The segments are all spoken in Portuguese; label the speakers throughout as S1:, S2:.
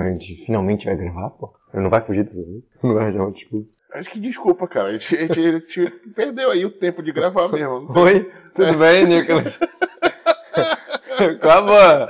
S1: a gente finalmente vai gravar, pô. Eu não vai fugir dessa vez. Não tipo. vai arranjar uma desculpa.
S2: Acho que desculpa, cara. A gente, a gente- a gente perdeu aí o tempo de gravar mesmo.
S1: Oi, tudo bem, Nicolas? Acabou!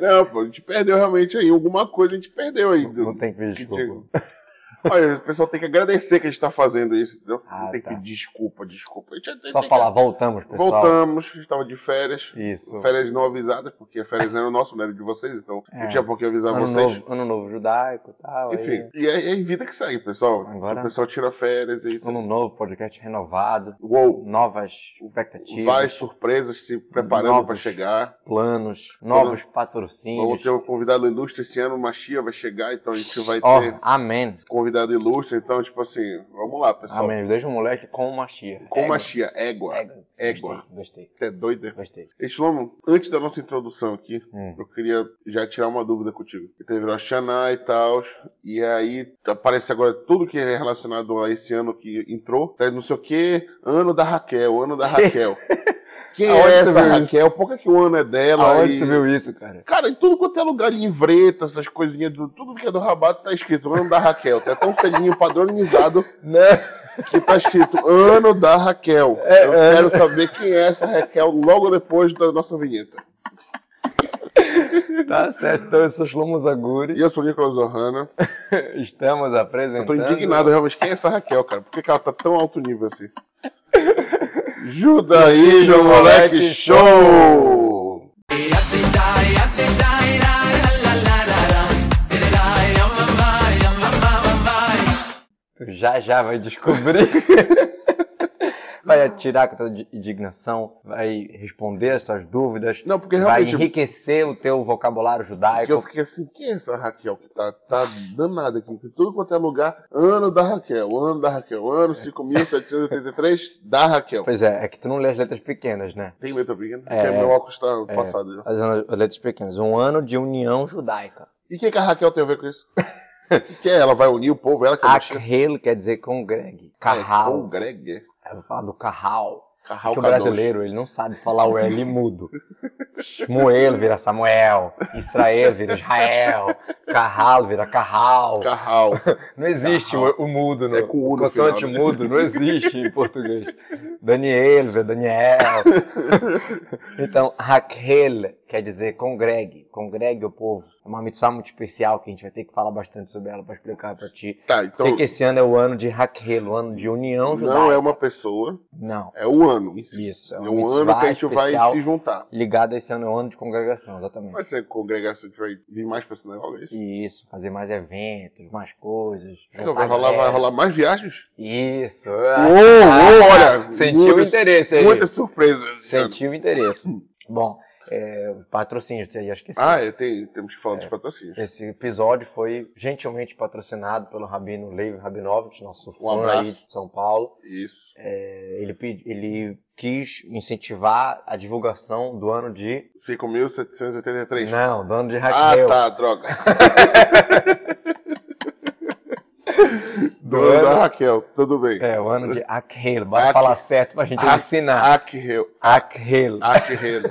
S2: Não, pô, a gente perdeu realmente aí. Alguma coisa a gente perdeu aí. do-
S1: Não tem que pedir
S2: que
S1: desculpa.
S2: tinha- Olha, o pessoal tem que agradecer que a gente tá fazendo isso, entendeu?
S1: Ah,
S2: não tem
S1: tá.
S2: que pedir desculpa, desculpa. A gente tem-
S1: Só
S2: tem que-
S1: falar, voltamos, pessoal.
S2: Voltamos, a gente tava de férias.
S1: Isso.
S2: Férias não avisadas, porque férias era o nosso, não era de vocês, então
S1: É.
S2: não tinha por que avisar
S1: Ano
S2: vocês.
S1: novo, ano novo judaico e tal. aí-
S2: Enfim, e é, é vida que segue, pessoal.
S1: Agora-
S2: O pessoal tira férias e isso.
S1: Ano novo, podcast renovado,
S2: Uou,
S1: novas expectativas,
S2: várias surpresas se preparando
S1: Novos.
S2: para chegar.
S1: planos, novos
S2: Vamos
S1: patrocínios.
S2: ter um convidado ilustre esse ano, o Machia vai chegar, então a gente vai
S1: Ó,
S2: ter
S1: amém.
S2: convidado ilustre. Então, tipo assim, vamos lá, pessoal.
S1: Amém. Deixa o moleque com uma chia.
S2: Com Machia, égua.
S1: Égua.
S2: Égua.
S1: Gostei,
S2: Você é doido, né?
S1: gostei. gostei.
S2: Islamo, antes da nossa introdução aqui,
S1: Hum.
S2: eu queria já tirar uma dúvida contigo. Teve o Xaná e tal, e aí aparece agora tudo que é relacionado a esse ano que entrou, tá não sei o que, ano da Raquel, ano da Raquel. Quem
S1: Aonde tu
S2: é essa
S1: viu isso?
S2: Raquel? Por que, que o ano é dela?
S1: Aonde
S2: E-
S1: tu viu isso, cara?
S2: Cara, em tudo quanto é lugar, livreta, essas coisinhas, do- tudo que é do rabato tá escrito ano da Raquel. Tem até um selinho padronizado que tá escrito ano da Raquel. Eu
S1: é.
S2: quero saber quem é essa Raquel logo depois da nossa vinheta.
S1: Tá certo, então eu sou Shlomo
S2: E
S1: Zaguri.
S2: eu sou o Nicolas Ohana.
S1: Estamos
S2: Eu
S1: apresentando.
S2: tô indignado realmente. Quem é essa Raquel, cara? Por que, que ela tá tão alto nível assim? Judaísmo, é moleque, show!
S1: Tu já já vai descobrir. vai atirar com a tua indignação, vai responder as tuas dúvidas,
S2: Não, porque
S1: vai
S2: realmente.
S1: enriquecer o teu vocabulário
S2: Porque eu
S1: judaico.
S2: fiquei assim, quem é essa Raquel que tá, tá danada aqui? Em tudo quanto é lugar, ano da Raquel, ano da Raquel, ano 5.783 da Raquel.
S1: Pois é, é que tu não lê as letras pequenas, né?
S2: Tem letra pequena?
S1: É.
S2: Porque meu óculos tá
S1: É.
S2: passado já.
S1: As, as letras pequenas. Um ano de união judaica.
S2: E o que, que a Raquel tem a ver com isso? O que é? Ela vai unir o povo, ela que é machista?
S1: Akhel quer dizer congregue.
S2: É,
S1: Carral.
S2: congregue.
S1: Eu vou falar do carral.
S2: Carral
S1: Porque o
S2: Kadosh.
S1: brasileiro, ele não sabe falar o L mudo. Shmuel vira Samuel. Israel vira Israel. Carral vira Carral.
S2: Carral.
S1: Não existe
S2: Carral.
S1: o, o mudo, no,
S2: É com U
S1: o
S2: no
S1: consoante
S2: final, né?
S1: mudo não existe em português. Daniel vira Daniel. então, Raquel quer dizer congregue. Congregue o povo. É uma mitzvah muito especial que a gente vai ter que falar bastante sobre ela para explicar para ti.
S2: Tá, então.
S1: Porque que um esse ano é o ano de Raquel, o ano de união judaica.
S2: Não é uma pessoa,
S1: Não.
S2: é o ano em si.
S1: Isso.
S2: É
S1: É
S2: um ano que a gente vai
S1: especial
S2: se juntar.
S1: ligado a esse ano, é o ano de congregação, exatamente.
S2: Vai ser congregação que vai vir mais pra sinagoga, é isso?
S1: Isso, fazer mais eventos, mais coisas.
S2: Vai
S1: juntar
S2: rolar, vai
S1: galera.
S2: rolar mais viagens?
S1: Isso.
S2: Ô,
S1: Ah,
S2: ô, olha!
S1: Sentiu o
S2: muitas-
S1: interesse aí.
S2: Muitas surpresas. esse ano.
S1: Sentiu o interesse. Bom, é, patrocínios, eu já esqueci.
S2: Ah, é, tem, temos que falar dos patrocínios.
S1: Esse episódio foi gentilmente patrocinado pelo Rabino Leiv Rabinovich, nosso fã
S2: Um abraço.
S1: aí de São Paulo.
S2: Isso.
S1: É, Ele, pedi- ele quis incentivar a divulgação do ano de...
S2: 5.783.
S1: Não, do ano de
S2: Ah,
S1: Raquel.
S2: tá, droga.
S1: Do
S2: Do ano da
S1: ano-
S2: Raquel, tudo bem.
S1: É, o ano de Akhel. Bora
S2: Akhel.
S1: falar certo pra gente
S2: Ah,
S1: ensinar.
S2: Aquirreu.
S1: Akhel.
S2: Aquirreu.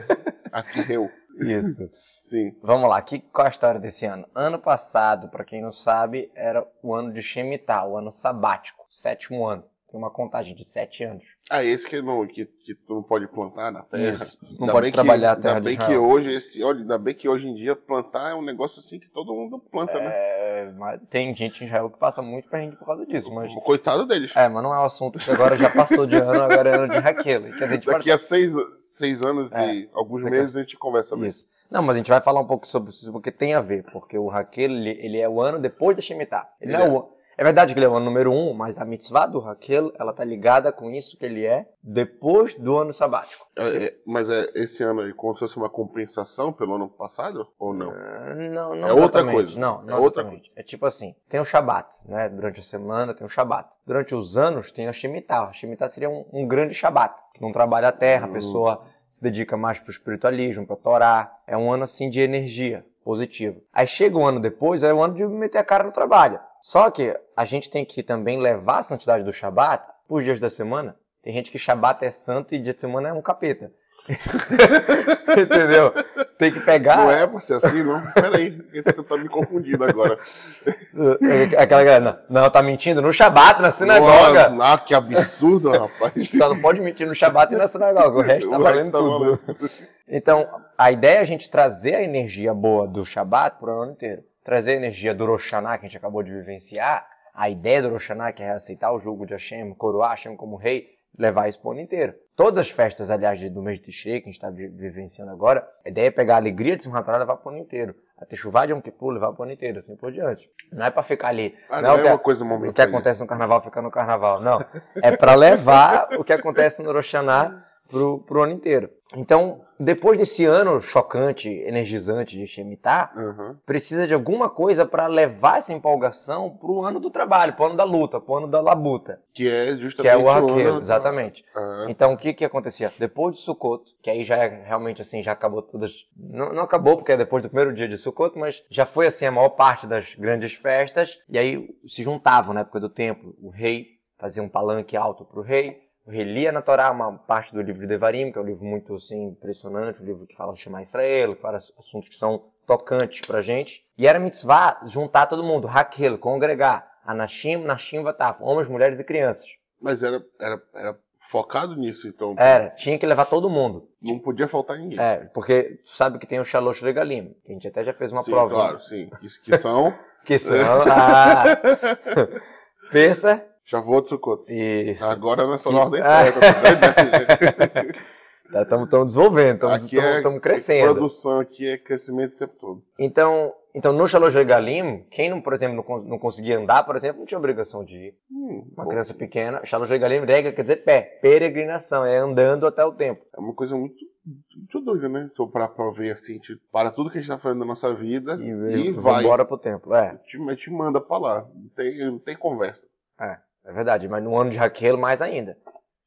S2: Aquirreu.
S1: Isso.
S2: Sim.
S1: Vamos lá, que, qual é a história desse ano? Ano passado, pra quem não sabe, era o ano de Shemitah, o ano sabático, sétimo ano. Tem uma contagem de sete anos.
S2: Ah, esse que, não, que, que tu não pode plantar na terra.
S1: Isso. Não
S2: É, Ainda
S1: pode
S2: bem que-
S1: trabalhar a terra
S2: ainda
S1: de
S2: bem
S1: Israel.
S2: que hoje, esse, olha, ainda bem que hoje em dia plantar é um negócio assim que todo mundo planta, né?
S1: É, mas tem gente em Israel que passa muito perrengue por causa disso, mas...
S2: Coitado deles.
S1: É, mas não é um assunto que agora já passou de ano, agora é ano de Raquel. Quer dizer, a gente É,
S2: Daqui a seis, seis anos e alguns
S1: Daqui a-
S2: meses a gente conversa sobre isso.
S1: Isso. Não, mas a gente vai falar um pouco sobre isso porque tem a ver, porque o Raquel ele, ele é o ano depois da Shemitah. Ele não é. o é verdade que ele é o ano número um, mas a mitzvah do Raquel ela tá ligada com isso que ele é depois do ano sabático.
S2: É, é, mas é esse ano aí como se fosse uma compensação pelo ano passado ou não?
S1: Ah, Não, não
S2: É outra
S1: exatamente.
S2: coisa.
S1: Não, não
S2: É outra
S1: exatamente. É tipo assim, tem o Shabat, né? Durante a semana tem o Shabat. Durante os anos tem a Shemitah. A Shemitah seria um, um grande Shabat, que não trabalha a terra, a
S2: Hum.
S1: pessoa se dedica mais pro espiritualismo, pra Torá. É um ano assim de energia positiva. Aí chega um ano depois, é o ano de meter a cara no trabalho. Só que a gente tem que também levar a santidade do Shabat pros dias da semana. Tem gente que Shabat é santo e dia de semana é um capeta. Entendeu? Tem que pegar.
S2: Não é pra ser assim, não? Peraí, você tá me confundindo agora.
S1: É, Aquela galera, não, tá mentindo no Shabat, na sinagoga.
S2: Olha lá, que absurdo, rapaz.
S1: Só não pode mentir no Shabat e na sinagoga, o resto tá
S2: O
S1: valendo
S2: resto tá
S1: tudo. Então, a ideia é a gente trazer a energia boa do Shabat para o ano inteiro. Trazer a energia do Rosh Hashanah que a gente acabou de vivenciar. A ideia do Rosh Hashanah que é aceitar o jogo de Hashem, coroar Hashem como rei, levar isso para o ano inteiro. Todas as festas, aliás, do mês de Tishrei que a gente está vivenciando agora, a ideia é pegar a alegria de Simchat Torah e levar para o ano inteiro. A Teshuvah de Yom Kippur levar para o ano inteiro, assim por diante. Não é para ficar ali.
S2: Ah, não,
S1: o
S2: é
S1: que-
S2: uma coisa
S1: o que
S2: momentânea.
S1: acontece no carnaval fica no carnaval. Não. É para levar o que acontece no Rosh Hashanah pro, pro ano inteiro. Então, depois desse ano chocante, energizante de Shemitah,
S2: Aham.
S1: precisa de alguma coisa para levar essa empolgação pro ano do trabalho, pro ano da luta, pro ano da labuta,
S2: Que é justamente
S1: que é o
S2: ano
S1: arqueiro,
S2: da-
S1: exatamente.
S2: Ah,
S1: Então, o que que acontecia? Depois de Sukkot, que aí já é realmente assim, já acabou todas... Não, não acabou, porque é depois do primeiro dia de Sukkot, mas já foi assim a maior parte das grandes festas. E aí se juntavam na época do templo. O rei fazia um palanque alto para o rei. O rei lia na Torá uma parte do livro de Devarim, que é um livro muito assim, impressionante, um livro que fala de Shema Israel, que fala assuntos que são tocantes pra gente. E era mitzvah juntar todo mundo, Raquel, congregar, Anashim, Nashim, Vataf, homens, mulheres e crianças.
S2: mas era, era, era focado nisso, então.
S1: Era, tinha que levar todo mundo.
S2: Não podia faltar ninguém.
S1: É, porque tu sabe que tem o Shalosh Regalim, que a gente até já fez uma
S2: sim,
S1: prova. né?
S2: claro, sim. Isso que são.
S1: Que são. Ah, terça.
S2: Já vou de Sukkot.
S1: Isso.
S2: Agora nessa
S1: Que-
S2: ordem
S1: Ah.
S2: certa, tá verdade.
S1: Estamos tá, desenvolvendo,
S2: Aqui é-
S1: estamos crescendo.
S2: Produção aqui é crescimento o tempo todo.
S1: Então, então no Shalosh Regalim, quem não, por exemplo, não, con- não conseguia andar, por exemplo, não tinha obrigação de ir.
S2: Hum,
S1: Uma
S2: bom.
S1: criança pequena, Shalosh Regalim, regra quer dizer pé, peregrinação, é andando até o tempo.
S2: É uma coisa muito, muito doida, né? Então, pra, pra ver assim, tipo, para tudo que a gente tá fazendo na nossa vida
S1: E,
S2: e,
S1: e
S2: vai.
S1: embora pro templo, é.
S2: Te, mas te manda pra lá. Não tem, não tem conversa.
S1: É verdade, mas no ano de Raquel mais ainda.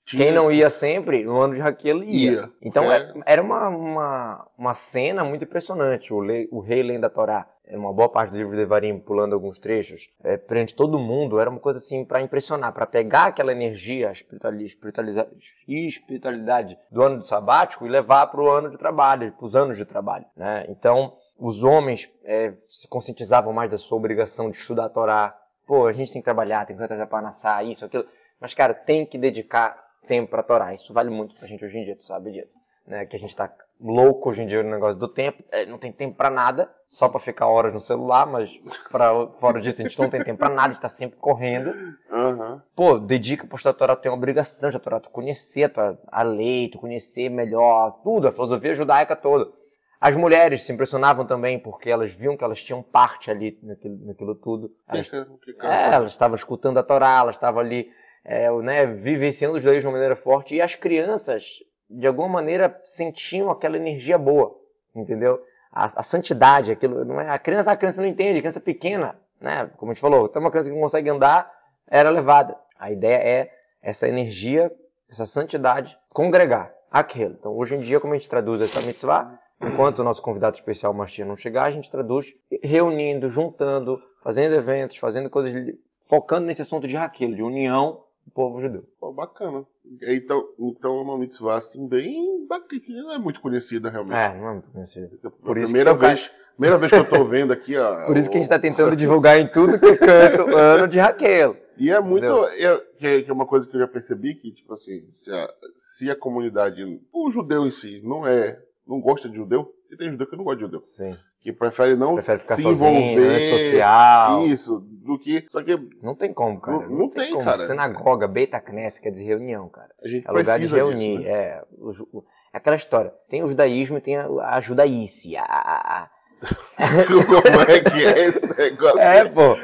S2: Tinha-
S1: Quem não ia sempre, no ano de Raquel ia.
S2: Ia.
S1: Então
S2: É.
S1: é- era uma, uma, uma cena muito impressionante. O, le- o rei lendo a Torá, é uma boa parte do livro de Devarim, pulando alguns trechos, é, perante todo mundo, era uma coisa assim para impressionar, para pegar aquela energia, a espirituali- espiritualiza- espiritualidade do ano de sabático e levar para o ano de trabalho, para os anos de trabalho. Né? Então os homens é, se conscientizavam mais da sua obrigação de estudar a Torá. Pô, a gente tem que trabalhar, tem que trabalhar para nascer, isso, aquilo. Mas, cara, tem que dedicar tempo pra Torá. Isso vale muito pra gente hoje em dia, tu sabe disso. Né? Que a gente tá louco hoje em dia no negócio do tempo. É, não tem tempo pra nada, só pra ficar horas no celular, mas pra, fora disso a gente não tem tempo pra nada, a gente tá sempre correndo
S2: Aham.
S1: pô, dedica pro estudar a Torá, tu tem uma obrigação de estudar a Torá, tu conhecer a, Torá, a lei, tu conhecer melhor tudo, a filosofia judaica toda. As mulheres se impressionavam também, porque elas viam que elas tinham parte ali naquilo, naquilo tudo. Elas,
S2: Fica- fica-
S1: é, elas estavam escutando a Torá, elas estavam ali, é, né, vivenciando os leis de uma maneira forte. E as crianças, de alguma maneira, sentiam aquela energia boa, entendeu? A, a santidade, aquilo, não é, a criança, a criança não entende, a criança pequena, né? Como a gente falou, tem uma criança que não consegue andar, era levada. A ideia é essa energia, essa santidade, congregar aquilo. Então, hoje em dia, como a gente traduz essa mitzvah, enquanto o nosso convidado especial Mashiach não chegar, a gente traduz reunindo, juntando, fazendo eventos, fazendo coisas, li- focando nesse assunto de aquilo, de união do povo judeu.
S2: Pô, bacana. Então, então é uma mitzvah assim, bem bacana, que não é muito conhecida realmente.
S1: É, não é muito conhecido.
S2: É.
S1: por isso
S2: primeira,
S1: que tá-
S2: vez, primeira vez que eu tô vendo aqui, ó.
S1: Por isso que a gente tá- está
S2: o-
S1: tentando divulgar em tudo que canto ano de Raquel.
S2: E é muito.
S1: Entendeu?
S2: É, que, é- que é uma coisa que eu já percebi que, tipo assim, se a, se a comunidade. O judeu em si não é. não gosta de judeu, e tem judeu que não gosta de judeu.
S1: Sim.
S2: Que prefere não
S1: Prefere ficar
S2: se
S1: sozinho, né,
S2: envolver.
S1: rede social.
S2: Isso, do que. Só que a
S1: Não tem como, cara.
S2: Não- não tem,
S1: como.
S2: cara.
S1: Sinagoga, beta kness, quer dizer reunião, cara.
S2: gente
S1: É lugar de
S2: precisa
S1: reunir.
S2: disso. né?
S1: É o ju- o- é aquela história. Tem o judaísmo e tem a, a judaíce. A, a- a-
S2: Como é que é esse negócio?
S1: É, pô.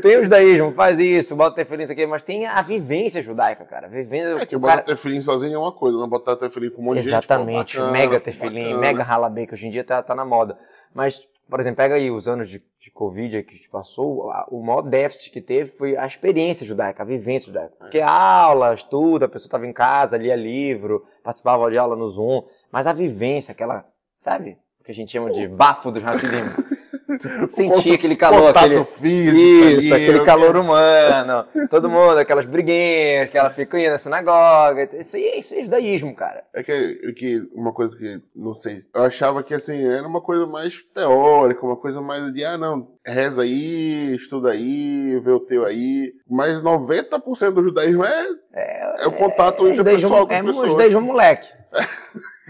S1: Tem o judaísmo, faz isso, bota interferência aqui. Mas tem a vivência judaica, cara. Vivendo.
S2: É que
S1: o
S2: botar
S1: cara...
S2: cara... tefilim sozinho é uma coisa, não botar tefilim com um monte
S1: Exatamente,
S2: de gente. pô, bacana,
S1: mega tefilim,
S2: bacana.
S1: mega ralabê, que hoje em dia tá, tá na moda. Mas, por exemplo, pega aí os anos de, de Covid aí que a gente passou, a- o maior déficit que teve foi a experiência judaica, a vivência
S2: É.
S1: judaica. Porque aula, estudo, a pessoa estava em casa, lia livro, participava de aula no Zoom, mas a vivência, aquela, sabe? Porque que a gente chama de bafo do Racilismo.
S2: contato-
S1: Sentia aquele calor,
S2: contato
S1: aquele.
S2: físico
S1: Isso,
S2: ali,
S1: aquele
S2: eu
S1: calor
S2: quero-
S1: humano, todo mundo, aquelas briguinhas, aquela picuinha na sinagoga. Isso, aí- isso é judaísmo, cara.
S2: É que, que uma coisa que, não sei, eu achava que assim, era uma coisa mais teórica, uma coisa mais de, ah não, reza aí, estuda aí, vê o teu aí. Mas 90% do judaísmo é, é, o contato
S1: é judaísmo,
S2: interpessoal com as
S1: é
S2: pessoas.
S1: judaísmo moleque.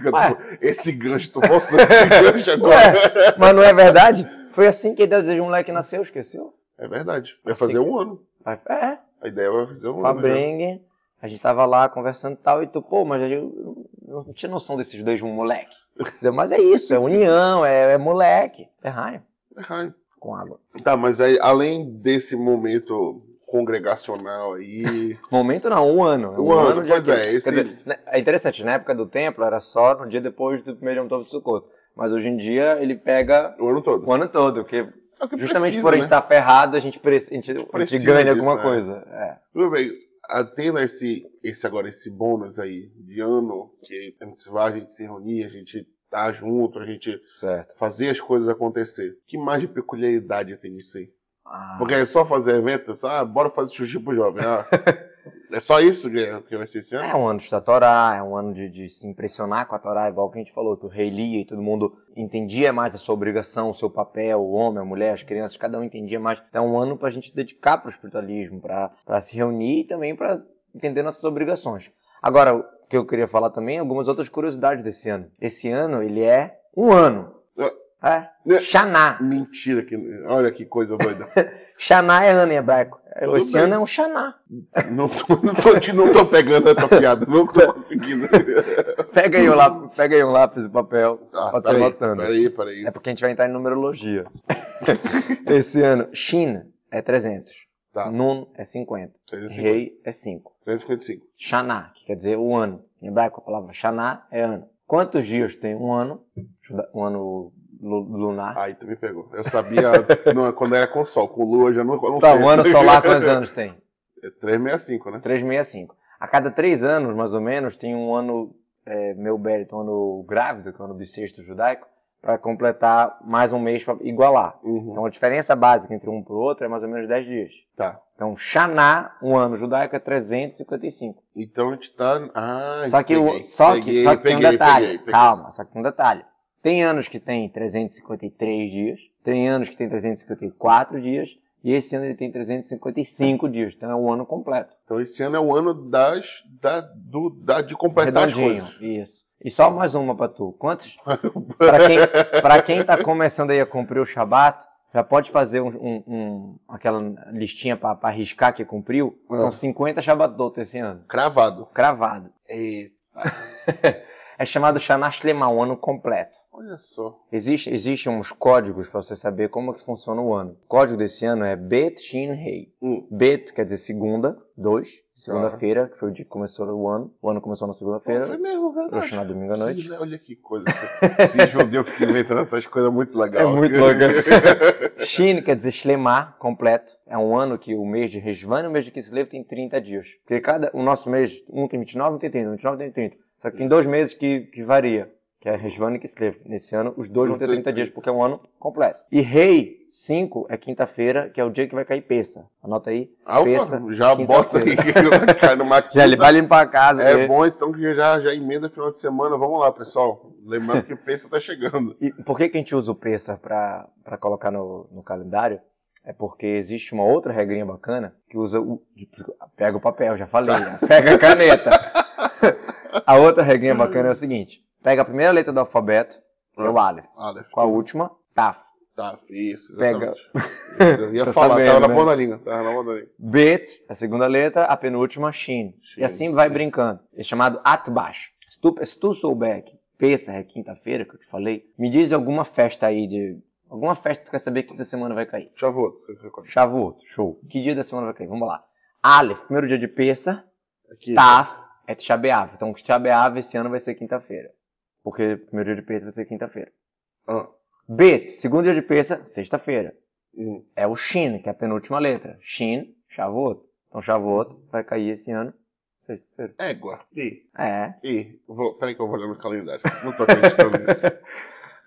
S2: Eu tô-
S1: Ué.
S2: esse gancho, tu posso esse gancho agora.
S1: Ué, mas não é verdade? Foi assim que a ideia do judaísmo moleque nasceu, esqueceu?
S2: É verdade, vai
S1: Assim-
S2: fazer um ano.
S1: É,
S2: A ideia vai fazer um ano. já.
S1: Fabrengue, a gente tava lá conversando e tal, e tu, pô, mas eu eu não tinha noção desses dois moleque. Entendeu? Mas é isso, é união, é, é moleque, é raio
S2: Ai,
S1: com água.
S2: Tá, mas aí, além desse momento congregacional aí.
S1: Momento não, um ano. é
S2: Um ano,
S1: de
S2: pois
S1: aquilo.
S2: é, esse-
S1: Quer dizer, né, é interessante, na época do templo era só no dia depois do primeiro Yom Tov de Sukkot. Mas hoje em dia ele pega
S2: o ano todo.
S1: o ano todo, porque
S2: É o que
S1: justamente
S2: precisa,
S1: por a
S2: né?
S1: gente estar ferrado, a gente, pre- a gente, a gente
S2: Precisa
S1: ganha
S2: disso,
S1: alguma
S2: né?
S1: coisa. É.
S2: Tudo bem, ah, tendo esse, esse agora, esse bônus aí de ano, que a gente vai, a gente se reunir, a gente tá junto, a gente
S1: certo.
S2: fazer as coisas acontecer. Que mais de peculiaridade tem nisso aí?
S1: Ah,
S2: Porque é só fazer evento, é só, ah, bora fazer sushi pro jovem. ah. é só isso que, que vai ser esse ano?
S1: É um ano de estudar a Torá, é um ano de, de se impressionar com a Torá, igual que a gente falou, que o rei lia e todo mundo entendia mais a sua obrigação, o seu papel, o homem, a mulher, as crianças, cada um entendia mais. Então, É um ano para a gente dedicar para o espiritualismo, para se reunir e também para entender nossas obrigações. Agora, o que eu queria falar também, algumas outras curiosidades desse ano. Esse ano, ele é um ano.
S2: É.
S1: É. Shaná.
S2: Mentira, que, olha que coisa doida.
S1: Shaná é ano em hebraico.
S2: Tudo
S1: Esse
S2: bem.
S1: ano é um Shaná.
S2: não, tô, não, tô, te- não tô pegando essa piada, não tô conseguindo.
S1: Pega aí um lápis, pega aí um lápis e papel.
S2: Ah,
S1: pra tá
S2: tá
S1: anotando.
S2: Peraí, peraí.
S1: É porque a gente vai entrar em numerologia. Esse ano, China é 300.
S2: Tá.
S1: Nun é 50.
S2: 350.
S1: Rei é 5.
S2: 355.
S1: Shaná, que quer dizer o ano. Em hebraico, a palavra Shaná é ano. Quantos dias tem um ano? Juda- Um ano lu- lunar.
S2: Aí tu me pegou. Eu sabia não, quando era com sol, com lua eu já não, eu não
S1: Tá,
S2: sei.
S1: um ano solar, quantos anos tem?
S2: É 365, né?
S1: 365. A cada três anos, mais ou menos, tem um ano é, meu bérito, um ano grávido, que é o ano bissexto judaico, para completar mais um mês para igualar.
S2: Uhum.
S1: Então a diferença básica entre um para o outro é mais ou menos 10 dias.
S2: Tá.
S1: Então, Xaná, um ano judaico, é 355.
S2: Então a gente tá. Ah,
S1: só que, o-
S2: peguei,
S1: só que,
S2: peguei,
S1: só que tem um
S2: peguei,
S1: detalhe.
S2: peguei, peguei.
S1: Calma, só que tem um detalhe. Tem anos que tem 353 dias, tem anos que tem 354 dias, e esse ano ele tem 355 dias. Então é um ano completo.
S2: Então esse ano é o ano das, da, do, da, de completar as
S1: Redondinho.
S2: coisas.
S1: Isso. E só mais uma pra tu. Quantos? Pra quem, pra quem tá começando aí a cumprir o Shabat, já pode fazer um, um- um- aquela listinha pra, pra arriscar que cumpriu.
S2: Ah.
S1: São 50 Shabatot esse ano.
S2: Cravado.
S1: Cravado.
S2: Eita,
S1: É chamado Shana Shlema, o ano completo.
S2: olha só.
S1: Existe, existem uns códigos para você saber como que funciona o ano. O código desse ano é Bet Shin Rei.
S2: Hum,
S1: Bet quer dizer segunda, dois, segunda-feira, que foi o dia que começou o ano. O ano começou na
S2: Então, foi
S1: segunda-feira,
S2: mesmo,
S1: no Shana
S2: verdade.
S1: domingo à é noite.
S2: Que- Olha que coisa. Esse judeu fica inventando essas coisas muito
S1: É
S2: legais.
S1: muito louco. Shin quer dizer Shlemar, completo. É um ano que o mês de Resvan e o mês de Kislev tem 30 dias. Porque cada, o nosso mês, um tem 29, um tem 30, um tem 29, tem 30. Só que tem dois meses que, que varia, que é Resvan e Kislev. Nesse ano, os dois vão ter 30 dias, porque é um ano completo. E Rei 5 é quinta-feira, que é o dia que vai cair peça. Anota aí.
S2: Ah,
S1: peça,
S2: opa, já bota aí que vai cair numa
S1: Já ele vai limpar a casa.
S2: É
S1: né?
S2: bom então que já, já emenda final de semana. Vamos lá, pessoal. Lembrando que o peça tá chegando.
S1: E por que, que a gente usa o Pessah para colocar no, no calendário? É porque existe uma outra regrinha bacana que usa o. de- Pega o papel, já falei. né? Pega a caneta. a outra regrinha bacana é o seguinte: pega a primeira letra do alfabeto, que é o Aleph.
S2: Olha,
S1: Com a última, Taf.
S2: tá, isso,
S1: Pega.
S2: exatamente. Eu ia
S1: Tô
S2: falar,
S1: sabendo,
S2: tava na
S1: né?
S2: ponta da língua. Tava na ponta da língua.
S1: Bet, a segunda letra, a penúltima, Shin.
S2: Shin.
S1: E assim vai brincando. É chamado Atbash. Se tu, se tu souber que Pessah é quinta-feira, que eu te falei, me diz alguma festa aí de. Alguma festa que tu quer saber que quinta semana vai cair.
S2: Já vou.
S1: Shavuot, show. Que dia da semana vai cair? Vamos lá. Aleph, primeiro dia de Pessah.
S2: Aqui.
S1: Taf é Tchabeav. Então, Tchabeav esse ano vai ser quinta-feira. Porque primeiro dia de Pessah vai ser quinta-feira.
S2: Ah,
S1: Bet, segundo dia de Pessah, sexta-feira.
S2: hum.
S1: É o Shin, que é a penúltima letra. Shin, Shavuot. Então, Shavuot vai cair esse ano, sexta-feira.
S2: Égua. Ih,
S1: É.
S2: ih. Vou, peraí que eu vou olhar no calendário. Não tô acreditando nisso.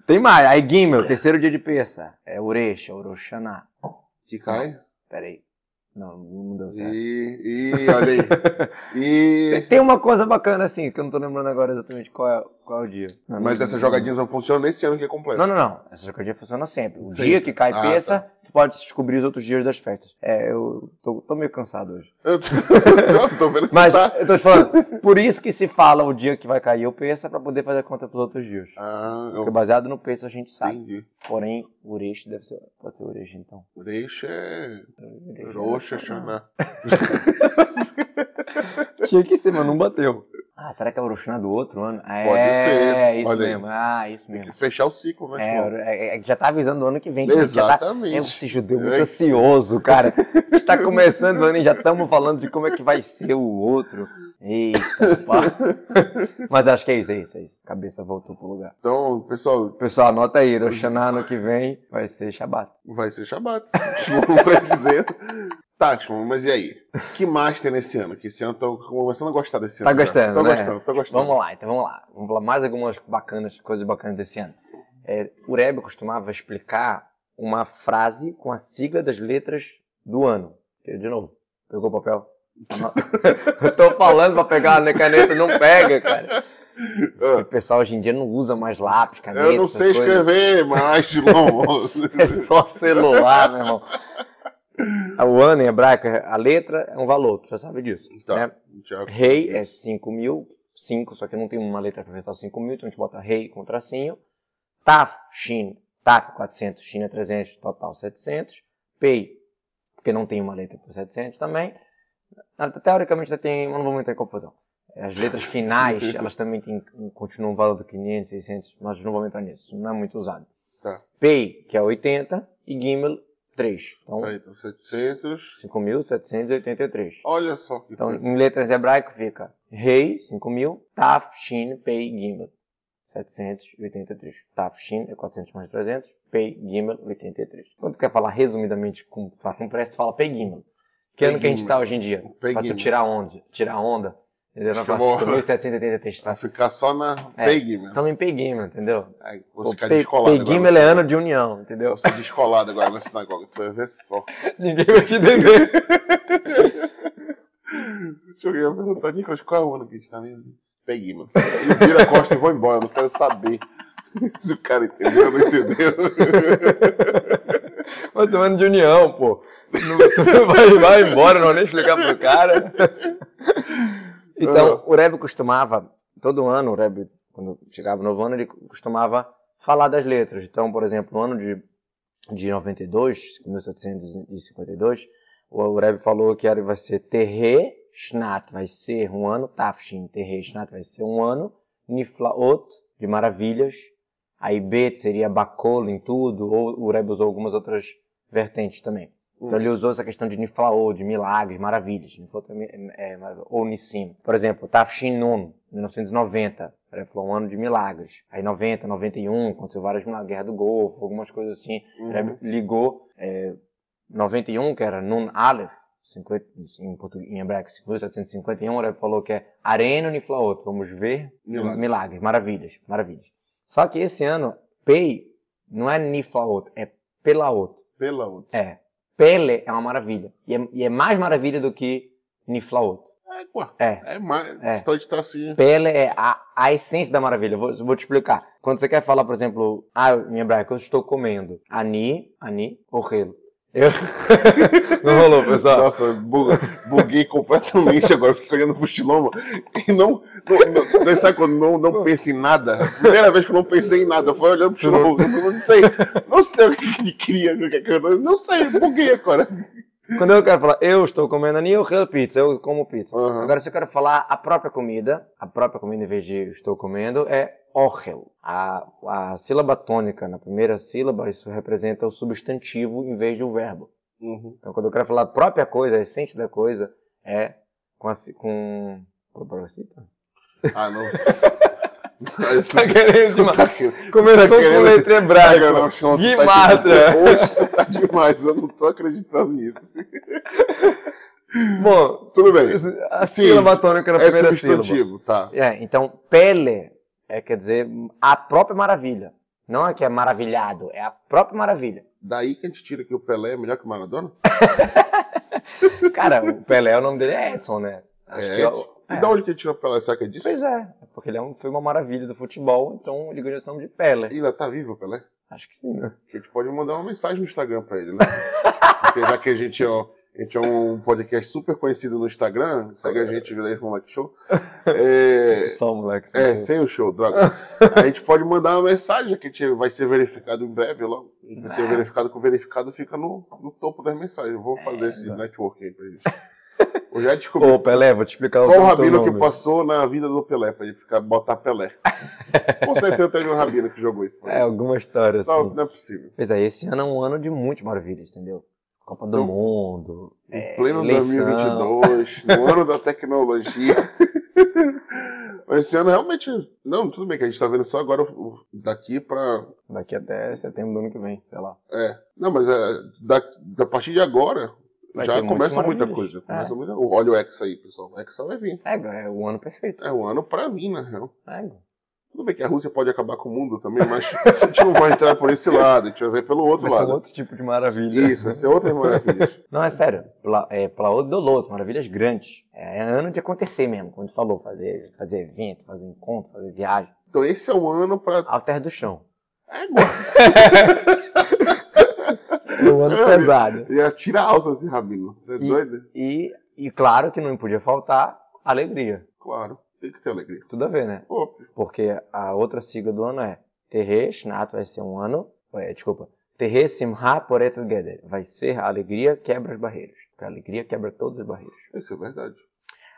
S1: Tem mais. Aí Gimel, terceiro dia de peça. É Urecha, Uroshaná.
S2: Que cai.
S1: Tá. Peraí. Não, não deu certo.
S2: E, e olha aí. E.
S1: Tem uma coisa bacana assim, que eu não tô lembrando agora exatamente qual é, qual é o dia. Não,
S2: Mas
S1: não-
S2: essas jogadinhas não funcionam nesse ano que é completo.
S1: Não, não, não. Essa jogadinha funciona sempre. O
S2: Sim.
S1: dia que cai
S2: Ah,
S1: peça, tu pode descobrir os outros dias das festas. É, eu tô, tô meio cansado hoje.
S2: Eu tô, eu tô vendo que
S1: Mas
S2: tá.
S1: eu tô te falando, por isso que se fala o dia que vai cair o peça pra poder fazer conta pros outros dias.
S2: Ah,
S1: Porque
S2: eu
S1: baseado no peça a gente sabe.
S2: entendi.
S1: Porém, o Ureixo deve ser. Pode ser o Ureixo então.
S2: Deixa é.
S1: Ureixo era
S2: Roxa,
S1: só-
S2: Xaná.
S1: Tinha que ser, mas não bateu. Ah, será que é o Uruxana do outro ano? Ah,
S2: Pode
S1: é,
S2: ser.
S1: É, isso
S2: Olha aí.
S1: mesmo. Ah, isso
S2: Tem
S1: mesmo.
S2: que fechar o ciclo, né,
S1: É,
S2: João?
S1: é, é que já tá avisando o ano que vem. Que a gente já tá-
S2: Exatamente.
S1: É esse judeu muito
S2: É.
S1: ansioso, cara. A gente tá começando o ano e já estamos falando de como é que vai ser o outro. Eita, pá. Mas acho que é isso, é isso, é isso. Cabeça voltou pro lugar.
S2: Então, pessoal,
S1: Pessoal, anota aí. Uruxana ano que vem vai ser Shabat.
S2: vai ser Shabat. Shimon tá dizendo. Tá, Shimon, mas e aí? que mais tem nesse ano? Que esse ano eu tô começando a gostar desse
S1: Tá
S2: ano. já.
S1: gostando,
S2: Tô
S1: né?
S2: gostando, tô gostando.
S1: Vamos lá, então vamos lá. Vamos falar mais algumas bacanas, coisas bacanas desse ano. É, o Rebbe costumava explicar uma frase com a sigla das letras do ano. De novo, pegou o papel? Tá Eu tô falando pra pegar na caneta, não pega, cara. Esse pessoal hoje em dia não usa mais lápis, caneta.
S2: Ah. Eu não sei
S1: essas coisas.
S2: escrever mais, Shimon.
S1: É só celular, meu irmão. O ano em hebraico, a letra é um valor, tu já sabe disso.
S2: Tá.
S1: né?
S2: Já-
S1: Rei é 5 mil, 5, só que não tem uma letra para representar o 5 mil, então a gente bota rei com tracinho. TAF, Shin, TAF 400, China 300, total 700. PEI, porque não tem uma letra para 700 também. Ah, Teoricamente já tem, mas não vou entrar em confusão. As letras finais, elas também têm, continuam um valendo 500, 600, mas não vou entrar nisso, isso não é muito usado.
S2: Tá.
S1: PEI, que é 80, e Gimel, 3. Então,
S2: Peraí, então 700.
S1: 5.783.
S2: Olha só que
S1: Então,
S2: coisa.
S1: em letras hebraico fica Rei, 5000, Taf, Shin, Pei, Gimel, 783. Taf, Shin é 400 mais 300, Pei, Gimel, 83. Quando tu quer falar resumidamente com, falar com pressa, tu fala Pei, Gimel. Que
S2: Pei,
S1: ano que a gente
S2: Gimel.
S1: tá hoje em dia?
S2: Pei,
S1: pra tu
S2: Gimel.
S1: tirar onda. Tirar onda. Entendeu? assim, Não
S2: Acho que eu
S1: fala
S2: vou-
S1: 5.783.
S2: Vai
S1: Tá?
S2: ficar só na
S1: É.
S2: PEG, meu.
S1: Então em Pei, Gimel, entendeu?
S2: Aí,
S1: Pô,
S2: vou ficar
S1: Pei,
S2: descolado.
S1: Pei,
S2: agora,
S1: Gimel é
S2: você-
S1: ano de união, entendeu?
S2: Eu vou ser Tá descolado agora na sinagoga, tu vai ver só.
S1: Ninguém vai te entender.
S2: Deixa eu ia perguntar, Nicolas, qual é o ano que a gente tá vendo? Peguei, mano. Ele vira a costa e vou embora, eu não quero saber se o cara entendeu ou não entendeu.
S1: Mas tu é ano de união, pô. Não- vai, vai embora, não vou nem explicar pro cara. Então, o Rebbe costumava, todo ano, o Rebbe, quando chegava o novo ano, ele costumava falar das letras. Então, por exemplo, no ano de, de 92, 1752, o Rebbe falou que era, vai ser Terre Shnat, vai ser um ano, Tafshin, Terre Shnat vai ser um ano, Niflaot, de maravilhas, aí Bet seria Bacolo em tudo, ou o Rebbe usou algumas outras vertentes também. Então ele usou essa questão de Niflaô, de milagres, maravilhas, Niflaô também é, é, maravilha- ou Nissim. Por exemplo, Tafshin Nun, 1990, ele falou um ano de milagres. Aí 90, 91, aconteceu várias milagres, Guerra do Golfo, algumas coisas assim. Ele ligou é, 91, que era Nun Aleph, 50, em, português, em hebraico 5751, ele falou que é Areno Niflaot, vamos ver
S2: Milagres.
S1: milagres, maravilhas, maravilhas. Só que esse ano, Pei, não é Niflaot, é Pelaot.
S2: Pela outra.
S1: É. Pele é uma maravilha. E é, e é mais maravilha do que Niflaut.
S2: É, pô.
S1: É.
S2: É mais.
S1: É.
S2: Então a gente tá assim.
S1: Pele é a, a essência da maravilha. Eu Vou, eu vou te explicar. Quando você quer falar, por exemplo, ah, em hebraico, eu estou comendo. Ani, ani, orrelo. Eu... Não rolou, pessoal.
S2: Nossa, bu- buguei completamente agora. eu Fiquei olhando pro Shiloma e não. não, não- não- sabe quando não, não pensa em nada? Primeira vez que eu não pensei em nada, eu fui olhando pro Shiloma. Eu não sei. Não sei o que que ele queria. o que que eu- Não sei, buguei agora.
S1: Quando eu quero falar, eu estou comendo ani, orrelo pizza, eu como pizza.
S2: Uhum.
S1: Agora, se eu quero falar a própria comida, a própria comida em vez de estou comendo, é orrel. A, a sílaba tônica, na primeira sílaba, isso representa o substantivo em vez de um verbo.
S2: Uhum.
S1: Então, quando eu quero falar a própria coisa, a essência da coisa, é com a. ci- Com... Pô, pra você, tá?
S2: Ah, não.
S1: Tá querendo demais.
S2: Começou
S1: Começou tá com letra hebraica.
S2: Não, Shiloma, tu tá de-
S1: Guimatra.
S2: Hoje tu tá demais, eu não tô acreditando nisso.
S1: Bom,
S2: Tudo bem.
S1: s- s- A
S2: Sim,
S1: sílaba tônica na
S2: É
S1: primeira sílaba.
S2: substantivo, tá.
S1: É, então, pele é, quer dizer a própria maravilha. Não é que é maravilhado, é a própria maravilha.
S2: Daí que a gente tira que o Pelé é melhor que o Maradona?
S1: Cara, o Pelé, o nome dele é Edson, né? Acho
S2: é,
S1: que é o-
S2: Edson. E da onde que a gente tirou o Pelé? Será que é disso?
S1: Pois é, porque ele é um, foi uma maravilha do futebol, então ele ganhou esse nome de Pelé.
S2: Ainda tá vivo o Pelé?
S1: Acho que sim, né?
S2: Que a gente pode mandar uma mensagem no Instagram pra ele, né? Porque já que a gente, ó, a gente é um podcast super conhecido no Instagram, segue
S1: É.
S2: a gente, Vilares Moleque Show. É,
S1: Só, um moleque. só
S2: é,
S1: que-
S2: sem o show, droga. A gente pode mandar uma mensagem que a gente vai ser verificado em breve logo. A gente Vai ser verificado com o verificado fica no, no topo das mensagens. Eu Vou fazer esse
S1: exato.
S2: network aí pra gente. Eu já descobri
S1: É, Ô, Pelé, vou te explicar
S2: Qual o
S1: teu
S2: Rabino que
S1: nome.
S2: passou na vida do Pelé, pra ele ficar, botar Pelé. Com certeza teve um Rabino que jogou isso.
S1: É, alguma história, assim.
S2: não, não é possível.
S1: Pois é, esse ano é um ano de muitas maravilhas, entendeu? Copa do
S2: Então,
S1: Mundo.
S2: Em
S1: é,
S2: pleno
S1: eleição.
S2: 2022, no ano da tecnologia. Mas esse ano realmente. Não, tudo bem que a gente tá vendo só agora o- o- daqui pra.
S1: Daqui até setembro do ano que vem, sei lá.
S2: É. Não, mas é, da, da partir de agora
S1: Vai ter um
S2: já
S1: muitas
S2: começa muita
S1: maravilhas.
S2: coisa.
S1: É.
S2: Começa muita... Olha o Hexa aí, pessoal. O Hexa vai vir.
S1: É, é o ano perfeito.
S2: É um ano pra mim, na real.
S1: É,
S2: Tudo bem que a Rússia pode acabar com o mundo também, mas a gente não vai entrar por esse lado, a gente vai ver pelo outro
S1: vai ser um
S2: lado.
S1: outro tipo de maravilha.
S2: Isso, vai ser outras maravilhas.
S1: Não, é sério. Pla, é, Plaô do Loto, maravilhas grandes. É, é ano de acontecer mesmo, como tu falou. Fazer, fazer evento, fazer encontro, fazer viagem.
S2: Então esse é um ano pra.
S1: Ao terra do chão.
S2: Égua!
S1: É um ano
S2: É,
S1: pesado.
S2: Ele atira alto esse rabino. É
S1: E-
S2: doido?
S1: E, e claro que não podia faltar alegria.
S2: Claro. Tem que ter alegria.
S1: Tudo a ver, né?
S2: Pô,
S1: Porque a outra sigla do ano é Terre Shnat vai ser um ano. É, desculpa. Terre Simha Poret Geder. Vai ser a alegria quebra as barreiras. Porque a alegria quebra todas as barreiras.
S2: isso é verdade.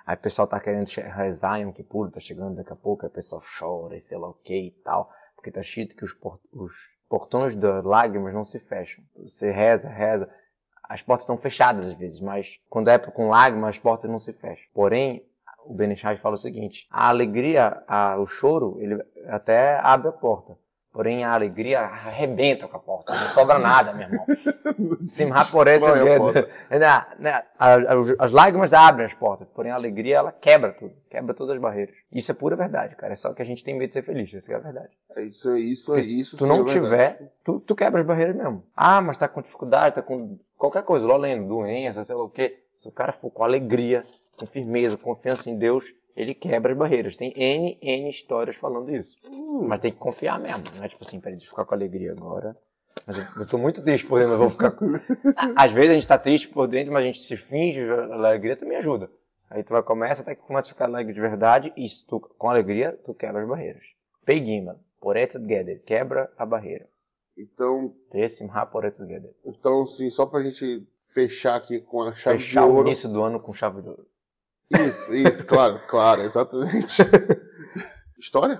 S1: Aí o pessoal tá querendo che- rezar em um Kippur, tá chegando daqui a pouco, aí o pessoal chora e sei lá o que e tal. Porque tá escrito que os, por- os portões das lágrimas não se fecham. Você reza, reza. As portas estão fechadas às vezes, mas quando é com lágrimas, as portas não se fecham. Porém, o Benishai fala o seguinte: a alegria, a- o choro, ele até abre a porta. Porém, a alegria arrebenta com a porta. Não sobra nada, meu irmão. Simha Poret
S2: Destrói a
S1: Geder.
S2: porta.
S1: É, né, né, a- a- As lágrimas abrem as portas, porém a alegria ela quebra tudo, quebra todas as barreiras. Isso é pura verdade, cara. É só que a gente tem medo de ser feliz, isso que é a verdade.
S2: É isso, é isso, é
S1: Porque
S2: isso.
S1: se tu
S2: sim,
S1: não
S2: é verdade.
S1: tiver, tu, tu quebra as barreiras mesmo. Ah, mas tá com dificuldade, tá com qualquer coisa, lolendo, doença, sei lá o quê. Se o cara for com alegria, com firmeza, confiança em Deus, ele quebra as barreiras. Tem N, N histórias falando isso.
S2: Hum,
S1: Mas tem que confiar mesmo. Não é tipo assim, peraí, deixa eu ficar com alegria agora. Mas eu, eu tô muito triste por dentro, mas vou ficar com. Às vezes a gente tá triste por dentro, mas a gente se finge, a alegria também ajuda. Aí tu vai começa até que começa a ficar alegre de verdade, e se tu, com alegria, tu quebra as barreiras. Peguima, poretz together, quebra a barreira.
S2: Então,
S1: Tessimha poretz together.
S2: então, sim, só pra gente fechar aqui com a chave
S1: Fechar
S2: de
S1: o
S2: ouro.
S1: início do ano com chave de ouro.
S2: Isso, isso, claro, claro, exatamente. História?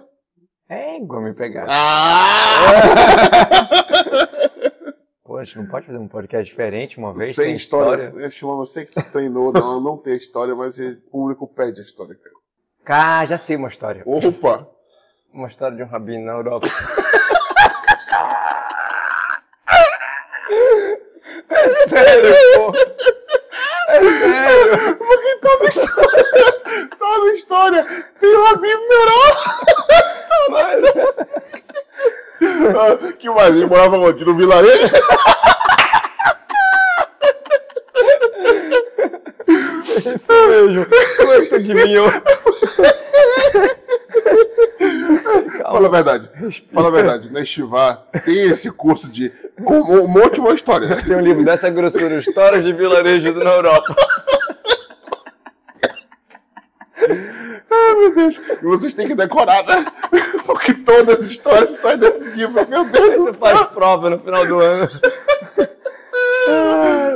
S1: É igual me pegar.
S2: Ah!
S1: Pô, a gente não pode fazer um podcast diferente uma vez?
S2: Sem história. Eu chamo você que tu treinou, não, não tem história, mas o público pede a história, cara.
S1: Cá, Ah, já sei uma história.
S2: Opa!
S1: Uma história de um rabino na Europa. é sério, pô. É sério.
S2: Porque toda história, toda história tem um amigo
S1: Mas...
S2: melhor. Que mais? Ele morava onde? No vilarejo?
S1: Isso É mesmo. Como é que você adivinhou?
S2: Fala a verdade. Fala a verdade. Na Estivá tem esse curso de com um monte de uma história.
S1: Tem um livro dessa grossura, Histórias de Vilarejos na Europa.
S2: Ai, Ah, meu Deus. E vocês têm que decorar, né? Porque todas as histórias saem desse livro. Meu
S1: Aí
S2: Deus
S1: tu
S2: do céu.
S1: faz prova no final do ano.
S2: Ah,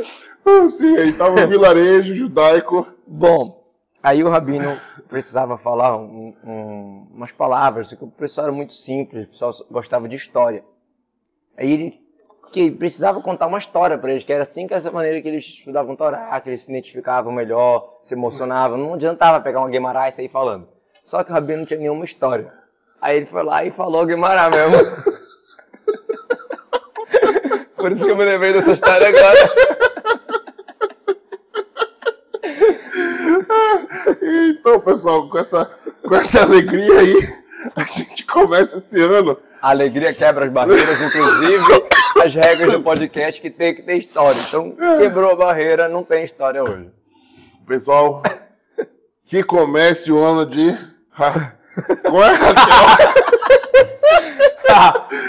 S2: Sim, aí tava um vilarejo judaico.
S1: Bom, aí o Rabino precisava falar um- um- umas palavras, que o pessoal era muito simples, o pessoal gostava de história. Aí ele que precisava contar uma história para eles, que era assim que essa maneira que eles estudavam Torá, que eles se identificavam melhor, se emocionavam. Não adiantava pegar uma Guimarães e sair falando. Só que o Rabino não tinha nenhuma história. Aí ele foi lá e falou Guimarães mesmo. Por isso que eu me lembrei dessa história agora.
S2: Então, pessoal, com essa, com essa alegria aí, a gente conversa esse ano.
S1: Alegria quebra as barreiras, inclusive as regras do podcast que tem que ter história. Então, quebrou a barreira, não tem história hoje.
S2: Pessoal, que comece o ano de. Qual é, Raquel?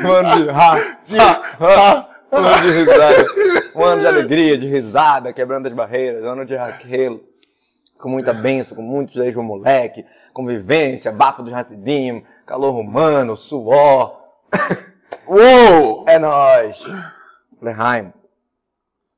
S1: um ano de, ha, de, ha, um ano de risada, um ano de alegria, de risada, quebrando as barreiras, um ano de Raquel, com muita benção, com muitos desde o moleque, convivência, bafo dos racidim, calor humano, suor.
S2: Uou!
S1: É nóis. Leheim.